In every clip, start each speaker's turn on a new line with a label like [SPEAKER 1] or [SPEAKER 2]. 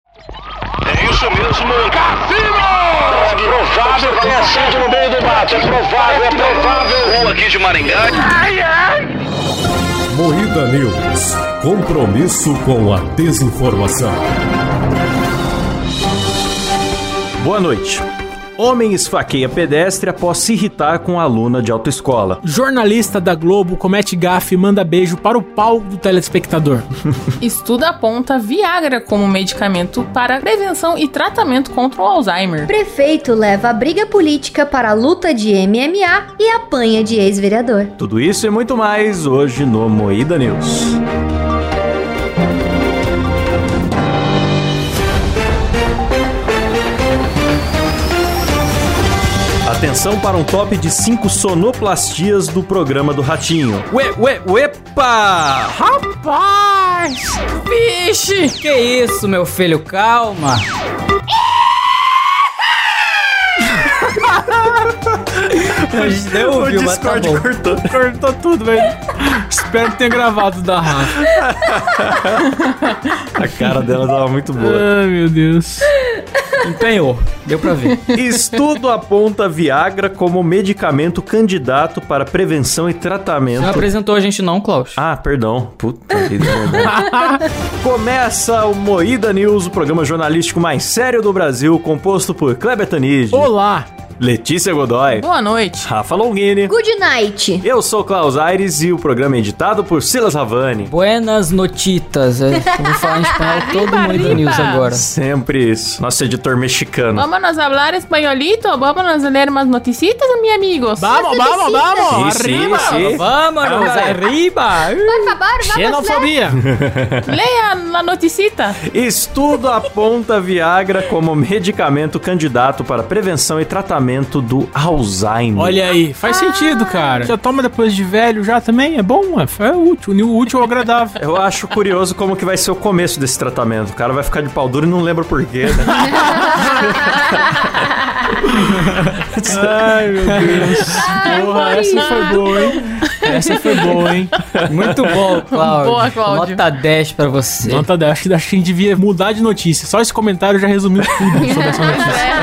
[SPEAKER 1] É mesmo. Cassino! É provável que tenha sido no meio do mato. É provável, é provável. Rua aqui de Maringá. Ai, ai.
[SPEAKER 2] Moída News. Compromisso com a desinformação.
[SPEAKER 3] Boa noite. Homem esfaqueia pedestre após se irritar com aluna de autoescola.
[SPEAKER 4] Jornalista da Globo comete gafe e manda beijo para o pau do telespectador.
[SPEAKER 5] Estudo aponta Viagra como medicamento para prevenção e tratamento contra o Alzheimer.
[SPEAKER 6] Prefeito leva a briga política para a luta de MMA e apanha de ex-vereador.
[SPEAKER 3] Tudo isso e muito mais hoje no Moída News. Atenção para um top de 5 sonoplastias do programa do Ratinho. Ué, ué, uepa!
[SPEAKER 7] Rapaz! Vixe! Que isso, meu filho? Calma!
[SPEAKER 4] Hoje deu
[SPEAKER 3] o
[SPEAKER 4] ouviu, mas
[SPEAKER 3] Discord
[SPEAKER 4] tá bom.
[SPEAKER 3] cortou.
[SPEAKER 4] Cortou tudo, velho. Espero que tenha gravado da Rafa.
[SPEAKER 3] A cara dela tava muito boa.
[SPEAKER 4] Ai, meu Deus.
[SPEAKER 7] Empenhou. Deu pra ver.
[SPEAKER 3] É. Estudo aponta Viagra como medicamento candidato para prevenção e tratamento.
[SPEAKER 7] Não apresentou a gente não, Klaus.
[SPEAKER 3] Ah, perdão. Puta vida, é verdade. Começa o Moída News, o programa jornalístico mais sério do Brasil, composto por Kleber Tanid,
[SPEAKER 4] Olá.
[SPEAKER 3] Letícia Godoy,
[SPEAKER 5] Boa noite.
[SPEAKER 3] Rafa Longini.
[SPEAKER 6] Good night.
[SPEAKER 3] Eu sou Klaus Aires e o programa é editado por Silas Ravani.
[SPEAKER 7] Buenas notitas. Eu vou falar em espanhol todo mundo do news agora.
[SPEAKER 3] Sempre isso. Nosso editor mexicano.
[SPEAKER 5] Vamos hablar espanholito? Vamos ler umas noticitas, meus amigos?
[SPEAKER 4] Vamos, vamos, vamos.
[SPEAKER 3] Sim, sim,
[SPEAKER 4] Arriba.
[SPEAKER 3] sim.
[SPEAKER 7] Vamos, arriba!
[SPEAKER 6] Por favor, vamos ler.
[SPEAKER 4] Xenofobia.
[SPEAKER 5] Leia a noticita.
[SPEAKER 3] Estudo aponta Viagra como medicamento candidato para prevenção e tratamento do Alzheimer.
[SPEAKER 4] Olha aí, faz
[SPEAKER 3] Ah.
[SPEAKER 4] sentido, cara. Já toma depois de velho já também? É bom, é, é útil. O útil é o agradável.
[SPEAKER 3] Eu acho curioso como que vai ser o começo desse tratamento. O cara vai ficar de pau duro e não lembra por quê, né?
[SPEAKER 4] Ai, meu Deus. Porra, essa foi boa, hein? Essa foi boa, hein?
[SPEAKER 7] Muito bom, Cláudio.
[SPEAKER 5] Boa, Cláudio.
[SPEAKER 7] Nota 10 pra você.
[SPEAKER 4] Nota 10. Acho que acho que a gente devia mudar de notícia. Só esse comentário já resumiu tudo sobre essa notícia.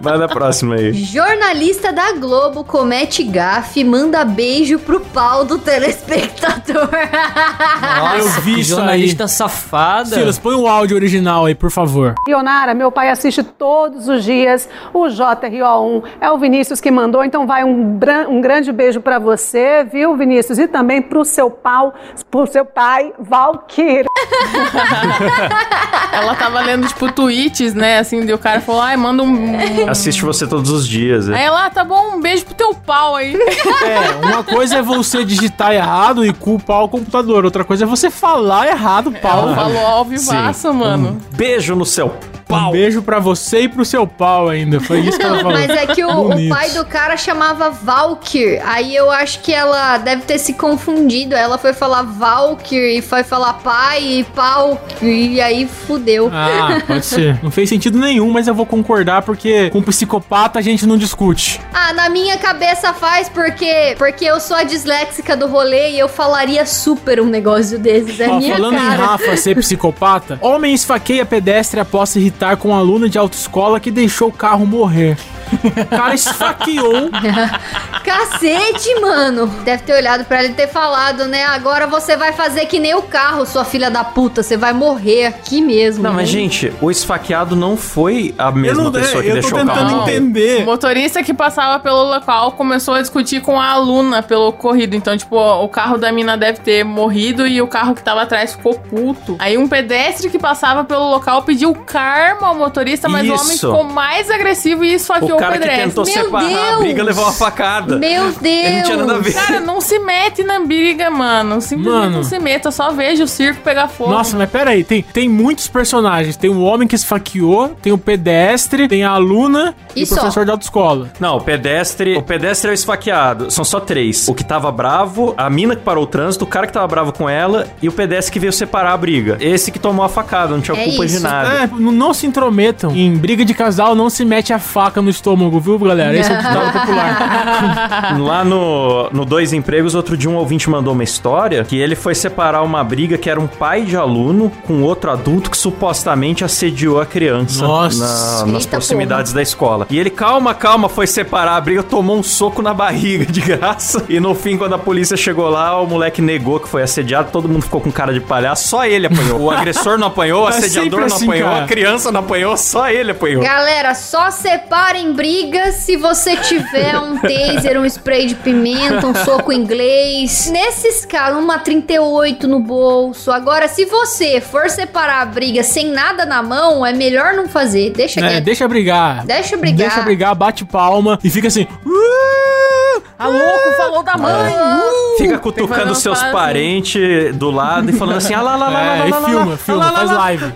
[SPEAKER 3] Vai na próxima aí.
[SPEAKER 6] Jornalista da Globo comete gafe e manda beijo pro pau do telespectador.
[SPEAKER 7] Nossa,
[SPEAKER 4] Ah, Eu vi
[SPEAKER 7] que
[SPEAKER 4] isso
[SPEAKER 7] jornalista safada.
[SPEAKER 4] Silas, põe o áudio original aí, por favor.
[SPEAKER 8] Leonara, meu pai assiste todos os dias o JRO1. É o Vinícius que mandou, então vai um, bran- um grande beijo pra você, viu, Vinícius? E também pro seu pau, pro seu pai, Valquíria.
[SPEAKER 5] Ela tava lendo, tipo, tweets, né? Assim, daí o cara falou, ai, manda um...
[SPEAKER 3] Assiste você todos os dias. né?
[SPEAKER 5] Aí ela, ah, tá bom, um beijo pro teu pau aí.
[SPEAKER 4] É, uma coisa é você digitar errado e culpar o computador. Outra coisa é você falar errado,
[SPEAKER 6] É,
[SPEAKER 4] pau.
[SPEAKER 5] Ela falou ao vivaço, mano.
[SPEAKER 3] Beijo no céu.
[SPEAKER 4] Um beijo pra você e pro seu pau ainda. Foi isso que ela
[SPEAKER 6] Não,
[SPEAKER 4] falou.
[SPEAKER 6] mas é que o, o
[SPEAKER 4] Bonito.
[SPEAKER 6] pai do cara chamava Valkyr. Aí eu acho que ela deve ter se confundido. Ela foi falar Valkyr e foi falar pai e pau. E aí fudeu.
[SPEAKER 4] Ah, pode ser. Não fez sentido nenhum, mas eu vou concordar porque com psicopata a gente não discute.
[SPEAKER 6] Ah, na minha cabeça faz porque porque eu sou a disléxica do rolê e eu falaria super um negócio desses. É
[SPEAKER 4] Ó,
[SPEAKER 6] minha
[SPEAKER 4] falando em
[SPEAKER 6] cara.
[SPEAKER 4] Rafa ser psicopata, homem esfaqueia pedestre após se irritar com um aluno de autoescola que deixou o carro morrer. O cara esfaqueou
[SPEAKER 6] Cacete, mano. Deve ter olhado pra ele e ter falado, né? Agora você vai fazer que nem o carro, sua filha da puta. Você vai morrer aqui mesmo.
[SPEAKER 3] Não, mas
[SPEAKER 6] né?
[SPEAKER 3] gente, o esfaqueado não foi a mesma
[SPEAKER 4] não- é,
[SPEAKER 3] pessoa que
[SPEAKER 4] eu tô
[SPEAKER 3] deixou o
[SPEAKER 4] tentando
[SPEAKER 3] carro.
[SPEAKER 5] Não. O
[SPEAKER 4] entender.
[SPEAKER 5] motorista que passava pelo local começou a discutir com a aluna pelo ocorrido. Então, tipo, o carro da mina deve ter morrido e o carro que tava atrás ficou puto. Aí um pedestre que passava pelo local pediu karma ao motorista, mas o homem
[SPEAKER 3] Isso.
[SPEAKER 5] ficou mais agressivo e esfaqueou
[SPEAKER 3] O
[SPEAKER 5] o,
[SPEAKER 3] cara que
[SPEAKER 5] pedestre.
[SPEAKER 3] tentou
[SPEAKER 6] Meu
[SPEAKER 3] separar a
[SPEAKER 6] Deus!
[SPEAKER 3] briga levou uma facada.
[SPEAKER 6] Meu Deus.
[SPEAKER 3] Ele não tinha nada a ver.
[SPEAKER 5] Cara, não se mete na briga, mano. Simplesmente
[SPEAKER 4] Mano.
[SPEAKER 5] não se meta, só veja o circo pegar fogo.
[SPEAKER 4] Nossa, mas peraí, tem, tem muitos personagens. Tem o homem que esfaqueou, tem o pedestre, tem a aluna e, o
[SPEAKER 6] Isso, ó.
[SPEAKER 4] professor de autoescola.
[SPEAKER 3] Não, o pedestre. O pedestre é o esfaqueado. São só três. O que tava bravo, a mina que parou o trânsito, o cara que tava bravo com ela e o pedestre que veio separar a briga. Esse que tomou a facada, não tinha
[SPEAKER 6] É
[SPEAKER 3] culpa de
[SPEAKER 6] isso.
[SPEAKER 3] nada.
[SPEAKER 4] É, n- não se intrometam. Em briga de casal, não se mete a faca no estômago, viu, galera? Esse é o ditado popular.
[SPEAKER 3] Lá no, no Dois Empregos, outro dia um ouvinte mandou uma história que ele foi separar uma briga que era um pai de aluno com outro adulto que supostamente assediou a criança
[SPEAKER 4] Nossa.
[SPEAKER 3] na- nas
[SPEAKER 6] Eita
[SPEAKER 3] proximidades da escola. E ele, calma, calma, foi separar a briga, tomou um soco na barriga de graça. E no fim, quando a polícia chegou lá, o moleque negou que foi assediado, todo mundo ficou com cara de palhaço, só ele apanhou. O agressor não apanhou, o
[SPEAKER 4] É
[SPEAKER 3] assediador
[SPEAKER 4] sempre
[SPEAKER 3] não
[SPEAKER 4] assim,
[SPEAKER 3] apanhou,
[SPEAKER 4] cara.
[SPEAKER 3] a criança não apanhou, só ele apanhou.
[SPEAKER 6] Galera, só separem brigas se você tiver um taser, um spray de pimenta, um soco inglês. Nesses casos, uma 38 no bolso. Agora, se você for separar a briga sem nada na mão, é melhor não fazer. Deixa
[SPEAKER 4] É,
[SPEAKER 6] quieto.
[SPEAKER 4] deixa brigar.
[SPEAKER 6] Deixa brigar.
[SPEAKER 4] Deixa brigar, bate palma e fica assim. "Uh!"
[SPEAKER 5] A Tá louco falou da mãe.
[SPEAKER 3] Fica
[SPEAKER 5] Tem que fazer
[SPEAKER 3] cutucando
[SPEAKER 5] umas
[SPEAKER 3] seus
[SPEAKER 5] frases.
[SPEAKER 3] parentes do lado e falando assim, ah lá, lá, lá, lá, lá,
[SPEAKER 4] É,
[SPEAKER 3] lá,
[SPEAKER 4] e
[SPEAKER 3] lá,
[SPEAKER 4] filma,
[SPEAKER 3] lá,
[SPEAKER 4] filma,
[SPEAKER 3] lá, lá,
[SPEAKER 4] faz
[SPEAKER 3] lá.
[SPEAKER 4] live.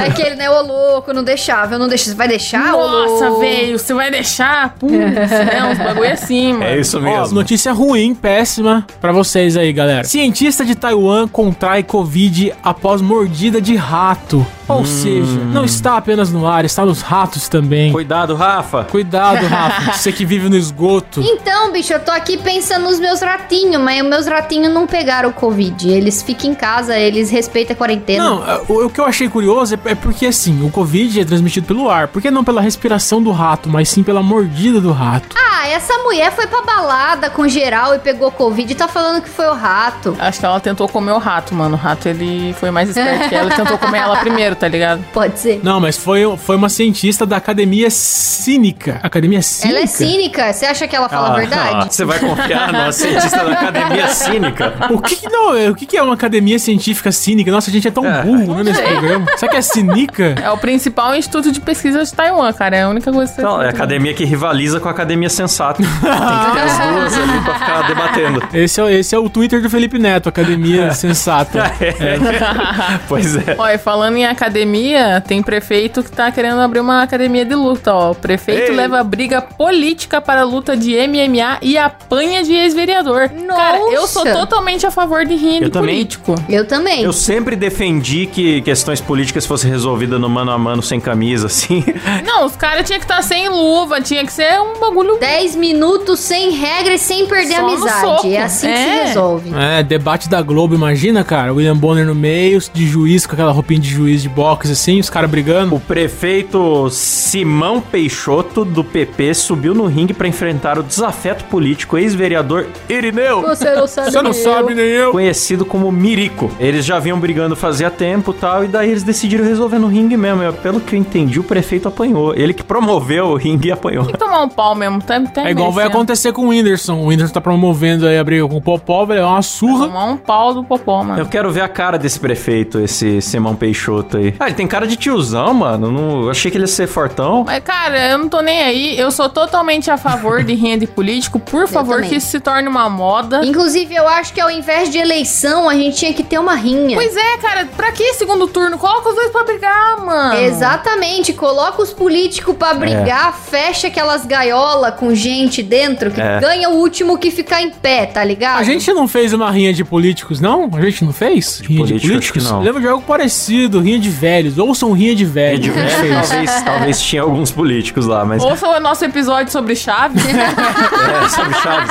[SPEAKER 6] Aquele, né? Ô louco, não deixava. Eu não deixava. Você vai
[SPEAKER 5] Tá
[SPEAKER 6] deixar? ô
[SPEAKER 5] Nossa,
[SPEAKER 6] louco?
[SPEAKER 5] veio, você vai deixar? Putz, né? Uns bagulho assim, mano.
[SPEAKER 3] É isso
[SPEAKER 4] Ó,
[SPEAKER 3] mesmo.
[SPEAKER 4] notícia ruim, péssima pra vocês aí, galera. Cientista de Taiwan contrai Covid após mordida de rato. Ou seja, não está apenas no ar, está nos ratos também.
[SPEAKER 3] Cuidado, Rafa.
[SPEAKER 4] Cuidado, Rafa. Você que vive no esgoto.
[SPEAKER 6] Então, bicho, eu tô aqui pensando nos meus ratinhos, mas os meus ratinhos não pegaram o Covid. Eles ficam em casa, eles respeitam a quarentena.
[SPEAKER 4] Não, o, o que eu achei curioso é, é porque assim, o Covid é transmitido pelo ar. Por que não pela respiração do rato, mas sim pela mordida do rato?
[SPEAKER 6] Ah, essa mulher foi pra balada com geral e pegou Covid e tá falando que foi o rato.
[SPEAKER 5] Acho que ela tentou comer o rato, mano. O rato, ele foi mais esperto que ela e tentou comer ela primeiro, tá ligado?
[SPEAKER 6] Pode ser.
[SPEAKER 4] Não, mas foi, foi uma cientista da Academia Cínica. Academia Cínica?
[SPEAKER 6] Ela é cínica. Você acha que ela fala
[SPEAKER 3] Ah,
[SPEAKER 6] a verdade?
[SPEAKER 3] Você vai confiar na cientista da academia cínica?
[SPEAKER 4] O que, que não, é- o que, que é uma academia científica cínica? Nossa, a gente é tão
[SPEAKER 3] É.
[SPEAKER 4] burro né, nesse programa. Será que é cínica?
[SPEAKER 5] É o principal instituto de pesquisa de Taiwan, cara. É a única coisa
[SPEAKER 4] tá
[SPEAKER 5] que
[SPEAKER 3] Não, é a academia que rivaliza com a academia sensata. Tem que ter as duas ali pra ficar debatendo.
[SPEAKER 4] Esse é, esse é o Twitter do Felipe Neto, Academia Sensata.
[SPEAKER 3] É. Pois é.
[SPEAKER 5] Ó, e falando em academia, tem prefeito que tá querendo abrir uma academia de luta, ó. Prefeito
[SPEAKER 3] Ei.
[SPEAKER 5] leva briga política para a luta de MMA e apanha de ex-vereador. Cara, eu sou
[SPEAKER 6] Nossa.
[SPEAKER 5] totalmente a favor de ringue
[SPEAKER 3] Eu também.
[SPEAKER 5] político.
[SPEAKER 6] Eu também.
[SPEAKER 3] ah. Eu sempre defendi que questões políticas fossem resolvidas no mano a mano, sem camisa, assim.
[SPEAKER 5] Não, os caras tinham que estar sem luva, tinha que ser um bagulho...
[SPEAKER 6] 10 minutos sem regra e sem perder
[SPEAKER 5] Só
[SPEAKER 6] a
[SPEAKER 5] no soco.
[SPEAKER 6] amizade. É assim que
[SPEAKER 5] É.
[SPEAKER 6] se resolve.
[SPEAKER 4] É, debate da Globo, imagina, cara. William Bonner no meio, de juiz, com aquela roupinha de juiz de boxe, assim, os caras brigando.
[SPEAKER 3] O prefeito Simão Peixoto, do PP, subiu no ringue pra enfrentar o desafeto político ex-vereador Irineu.
[SPEAKER 6] Você não sabe.
[SPEAKER 4] Você não sabe nem eu.
[SPEAKER 3] conhecido como Mirico. Eles já vinham brigando fazia tempo e tal, e daí eles decidiram resolver no ringue mesmo. E, Pelo que eu entendi, o prefeito apanhou. Ele que promoveu o ringue e apanhou.
[SPEAKER 5] Tem que tomar um pau mesmo, tá? tá
[SPEAKER 4] É igual vai
[SPEAKER 5] merecendo.
[SPEAKER 4] acontecer com o Whindersson. O Whindersson tá promovendo aí a briga com o Popó, vai levar uma surra.
[SPEAKER 5] Tomar um pau do popó, mano.
[SPEAKER 3] Eu quero ver a cara desse prefeito, esse Simão Peixoto aí. Ah, ele tem cara de tiozão, mano. Não, eu achei que ele ia ser fortão.
[SPEAKER 5] Mas, cara, eu não tô nem aí. Eu sou totalmente a favor de rinha de político. Por favor,
[SPEAKER 6] também.
[SPEAKER 5] que isso se torne uma moda.
[SPEAKER 6] Inclusive, eu acho que ao invés de eleição, a gente tinha que ter uma rinha.
[SPEAKER 5] Pois é, cara, pra que segundo turno? Coloca os dois pra brigar, mano.
[SPEAKER 6] É. Exatamente, coloca os políticos pra
[SPEAKER 3] É.
[SPEAKER 6] brigar, fecha aquelas gaiolas com gente dentro que
[SPEAKER 3] É.
[SPEAKER 6] ganha o último que ficar em pé, tá ligado?
[SPEAKER 4] A gente não fez uma rinha de políticos, não? A gente não fez? rinha
[SPEAKER 3] político, acho que não.
[SPEAKER 4] Lembra de algo parecido, rinha de velhos. Ouçam rinha É, de velhos.
[SPEAKER 3] De
[SPEAKER 4] A gente
[SPEAKER 3] velho,
[SPEAKER 4] fez.
[SPEAKER 3] talvez, talvez tinha alguns políticos lá, mas
[SPEAKER 5] Ouça o nosso episódio sobre né? chave.
[SPEAKER 3] é, sabe, Chaves.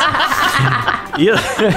[SPEAKER 3] Ia-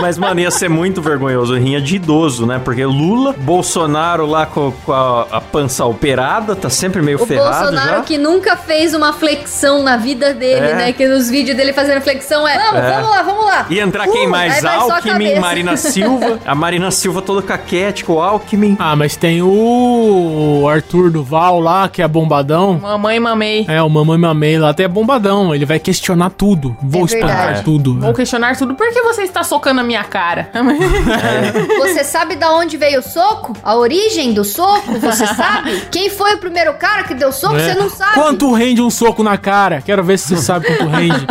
[SPEAKER 3] Mas, mano, ia ser muito vergonhoso. Rinha de idoso, né? Porque Lula, Bolsonaro lá com, com a, a pança operada, tá sempre meio
[SPEAKER 6] O
[SPEAKER 3] ferrado
[SPEAKER 6] Bolsonaro
[SPEAKER 3] já.
[SPEAKER 6] que nunca fez uma flexão na vida dele,
[SPEAKER 3] É.
[SPEAKER 6] né? Que nos vídeos dele fazendo flexão é. Vamos,
[SPEAKER 3] É.
[SPEAKER 6] vamos lá, vamos lá.
[SPEAKER 3] E entrar quem
[SPEAKER 6] Uh, aí
[SPEAKER 3] mais?
[SPEAKER 6] vai só a
[SPEAKER 3] Alckmin,
[SPEAKER 6] cabeça.
[SPEAKER 3] Marina Silva. A Marina Silva toda caquética, o Alckmin.
[SPEAKER 4] Ah, mas tem o Arthur Duval lá, que é bombadão.
[SPEAKER 5] Mamãe, mamei.
[SPEAKER 4] É, o Mamãe Mamei lá até é bombadão. Ele vai questionar tudo. Vou
[SPEAKER 6] É
[SPEAKER 4] espancar
[SPEAKER 6] verdade.
[SPEAKER 4] tudo.
[SPEAKER 5] Vou questionar tudo. Por que você está socando a minha cara?
[SPEAKER 6] Você sabe da onde veio o soco? A origem do soco? Você sabe? Quem foi o primeiro cara que deu soco?
[SPEAKER 4] É.
[SPEAKER 6] Você não sabe.
[SPEAKER 4] Quanto rende um soco na cara? Quero ver se você sabe quanto rende.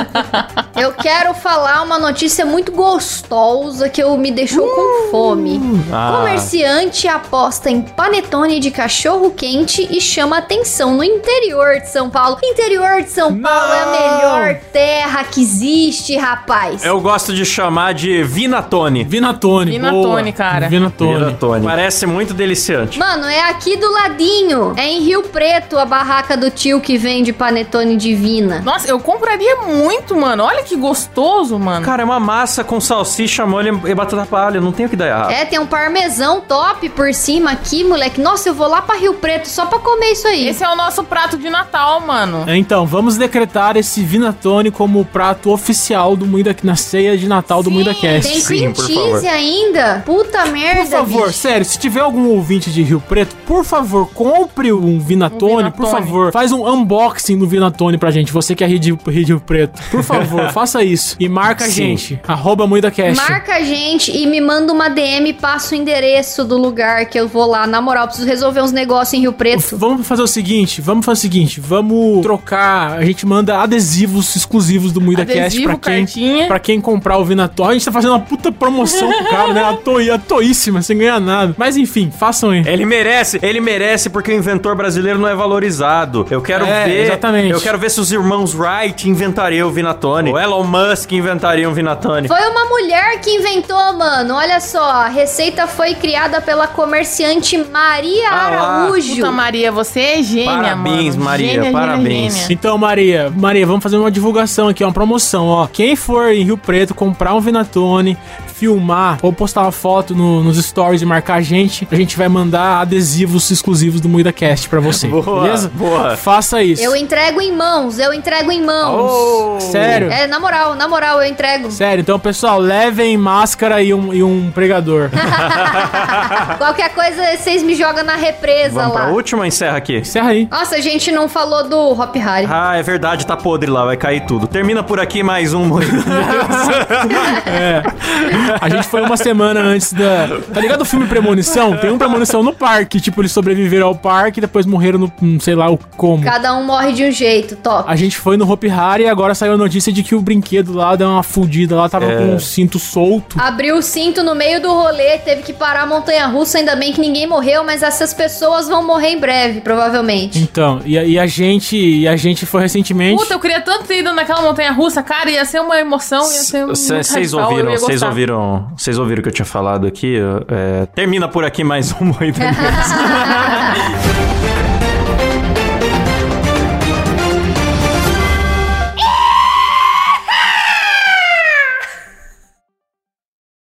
[SPEAKER 6] Eu Eu quero falar uma notícia muito gostosa que eu me deixou com fome.
[SPEAKER 3] Ah.
[SPEAKER 6] Comerciante aposta em panetone de cachorro quente e chama atenção no interior de São Paulo. Interior de São Paulo é a
[SPEAKER 3] Não!
[SPEAKER 6] melhor terra que existe, rapaz.
[SPEAKER 3] Eu gosto de chamar de Vinatone.
[SPEAKER 4] Vinatone.
[SPEAKER 5] Vinatone,
[SPEAKER 4] boa.
[SPEAKER 5] cara.
[SPEAKER 4] Vinatone.
[SPEAKER 3] Vinatone. Parece muito deliciante.
[SPEAKER 6] Mano, é aqui do ladinho. É em Rio Preto a barraca do tio que vende panetone divina.
[SPEAKER 5] Nossa, eu compraria muito, mano. Olha que gostoso, mano.
[SPEAKER 3] Cara, é uma massa com salsicha, molho e batata palha. Não tem o que dar errado.
[SPEAKER 6] É, tem um parmesão top por cima aqui, moleque. Nossa, eu vou lá pra Rio Preto só pra comer isso aí.
[SPEAKER 5] Esse é o nosso prato de Natal, mano.
[SPEAKER 4] Então, vamos decretar esse Vinatone como o prato oficial do Moída na ceia de Natal do
[SPEAKER 5] Sim,
[SPEAKER 4] Moída
[SPEAKER 6] Tem
[SPEAKER 4] Cast.
[SPEAKER 6] cream
[SPEAKER 3] por
[SPEAKER 6] cheese
[SPEAKER 3] favor.
[SPEAKER 6] ainda? Puta merda,
[SPEAKER 4] Por favor,
[SPEAKER 6] bicho.
[SPEAKER 4] sério, se tiver algum ouvinte de Rio Preto, por favor, compre um Vinatone,
[SPEAKER 5] Um Vinatone.
[SPEAKER 4] por favor. Faz um unboxing do Vinatone pra gente, você que é Rio de Rio de Preto. Por favor, faça isso. E marca a
[SPEAKER 3] Sim.
[SPEAKER 4] gente, arroba MoídaCast.
[SPEAKER 6] Marca a gente e me manda uma DM e passa o endereço do lugar que eu vou lá. Na moral, preciso resolver uns negócios em Rio Preto.
[SPEAKER 4] Vamos fazer o seguinte, vamos fazer o seguinte, vamos trocar, a gente manda adesivos exclusivos do Moída Cast
[SPEAKER 5] Adesivo,
[SPEAKER 4] pra quem,
[SPEAKER 5] cartinha.
[SPEAKER 4] pra quem comprar o Vinator. A gente tá fazendo uma puta promoção pro cara, né? A toi, a toíssima, sem ganhar nada. Mas enfim, façam aí.
[SPEAKER 3] Ele merece, ele merece porque o inventor brasileiro não é valorizado. Eu quero
[SPEAKER 4] É,
[SPEAKER 3] ver,
[SPEAKER 4] exatamente.
[SPEAKER 3] eu quero ver se os irmãos Wright inventariam o Vinatone. O Elon Musk inventaria um Vinatone.
[SPEAKER 6] Foi uma mulher que inventou, mano. Olha só, a receita foi criada pela comerciante Maria
[SPEAKER 3] Ah lá.
[SPEAKER 6] Araújo.
[SPEAKER 5] Puta, Maria, você é gênia,
[SPEAKER 3] Parabéns,
[SPEAKER 5] mano.
[SPEAKER 3] Maria, parabéns.
[SPEAKER 4] Então, Maria, Maria, vamos fazer uma divulgação aqui, uma promoção, ó. Quem for em Rio Preto comprar um Vinatone, filmar ou postar uma foto no- nos stories e marcar a gente, a gente vai mandar adesivos exclusivos do Moída Cast pra você,
[SPEAKER 3] Boa,
[SPEAKER 4] beleza?
[SPEAKER 3] boa.
[SPEAKER 4] Faça isso.
[SPEAKER 6] Eu entrego em mãos, eu entrego em mãos.
[SPEAKER 3] Oh.
[SPEAKER 4] Sério?
[SPEAKER 6] É, na moral, na moral, eu entrego.
[SPEAKER 4] Sério, então, pessoal, levem máscara e um, e um pregador.
[SPEAKER 6] Qualquer coisa, vocês me jogam na represa
[SPEAKER 3] Vamos
[SPEAKER 6] lá.
[SPEAKER 3] pra última, encerra aqui.
[SPEAKER 4] Encerra aí.
[SPEAKER 6] Nossa, a gente não falou do Hop Hari.
[SPEAKER 3] Ah, é verdade, tá podre lá, vai cair tudo. Termina por aqui mais um.
[SPEAKER 4] A gente foi uma semana antes da. Tá ligado o filme Premonição? Tem um Premonição no parque. Tipo, eles sobreviveram ao parque e depois morreram no. não sei lá o como.
[SPEAKER 6] Cada um morre de um jeito, top.
[SPEAKER 4] A gente foi no Hopi Hari e agora saiu a notícia de que o brinquedo lá deu uma fudida lá, tava com um cinto solto.
[SPEAKER 6] Abriu o cinto no meio do rolê, teve que parar a montanha russa, ainda bem que ninguém morreu, mas essas pessoas vão morrer em breve, provavelmente.
[SPEAKER 4] Então, e, a- e a gente. E a gente foi recentemente.
[SPEAKER 5] Puta, eu queria tanto ter ido naquela montanha russa, cara, ia ser uma emoção, ia ser um
[SPEAKER 3] Vocês
[SPEAKER 5] radical, eu
[SPEAKER 3] ouviram,
[SPEAKER 5] ia
[SPEAKER 3] vocês
[SPEAKER 5] gostar.
[SPEAKER 3] ouviram, vocês ouviram o que eu tinha falado aqui? É, termina por aqui mais um.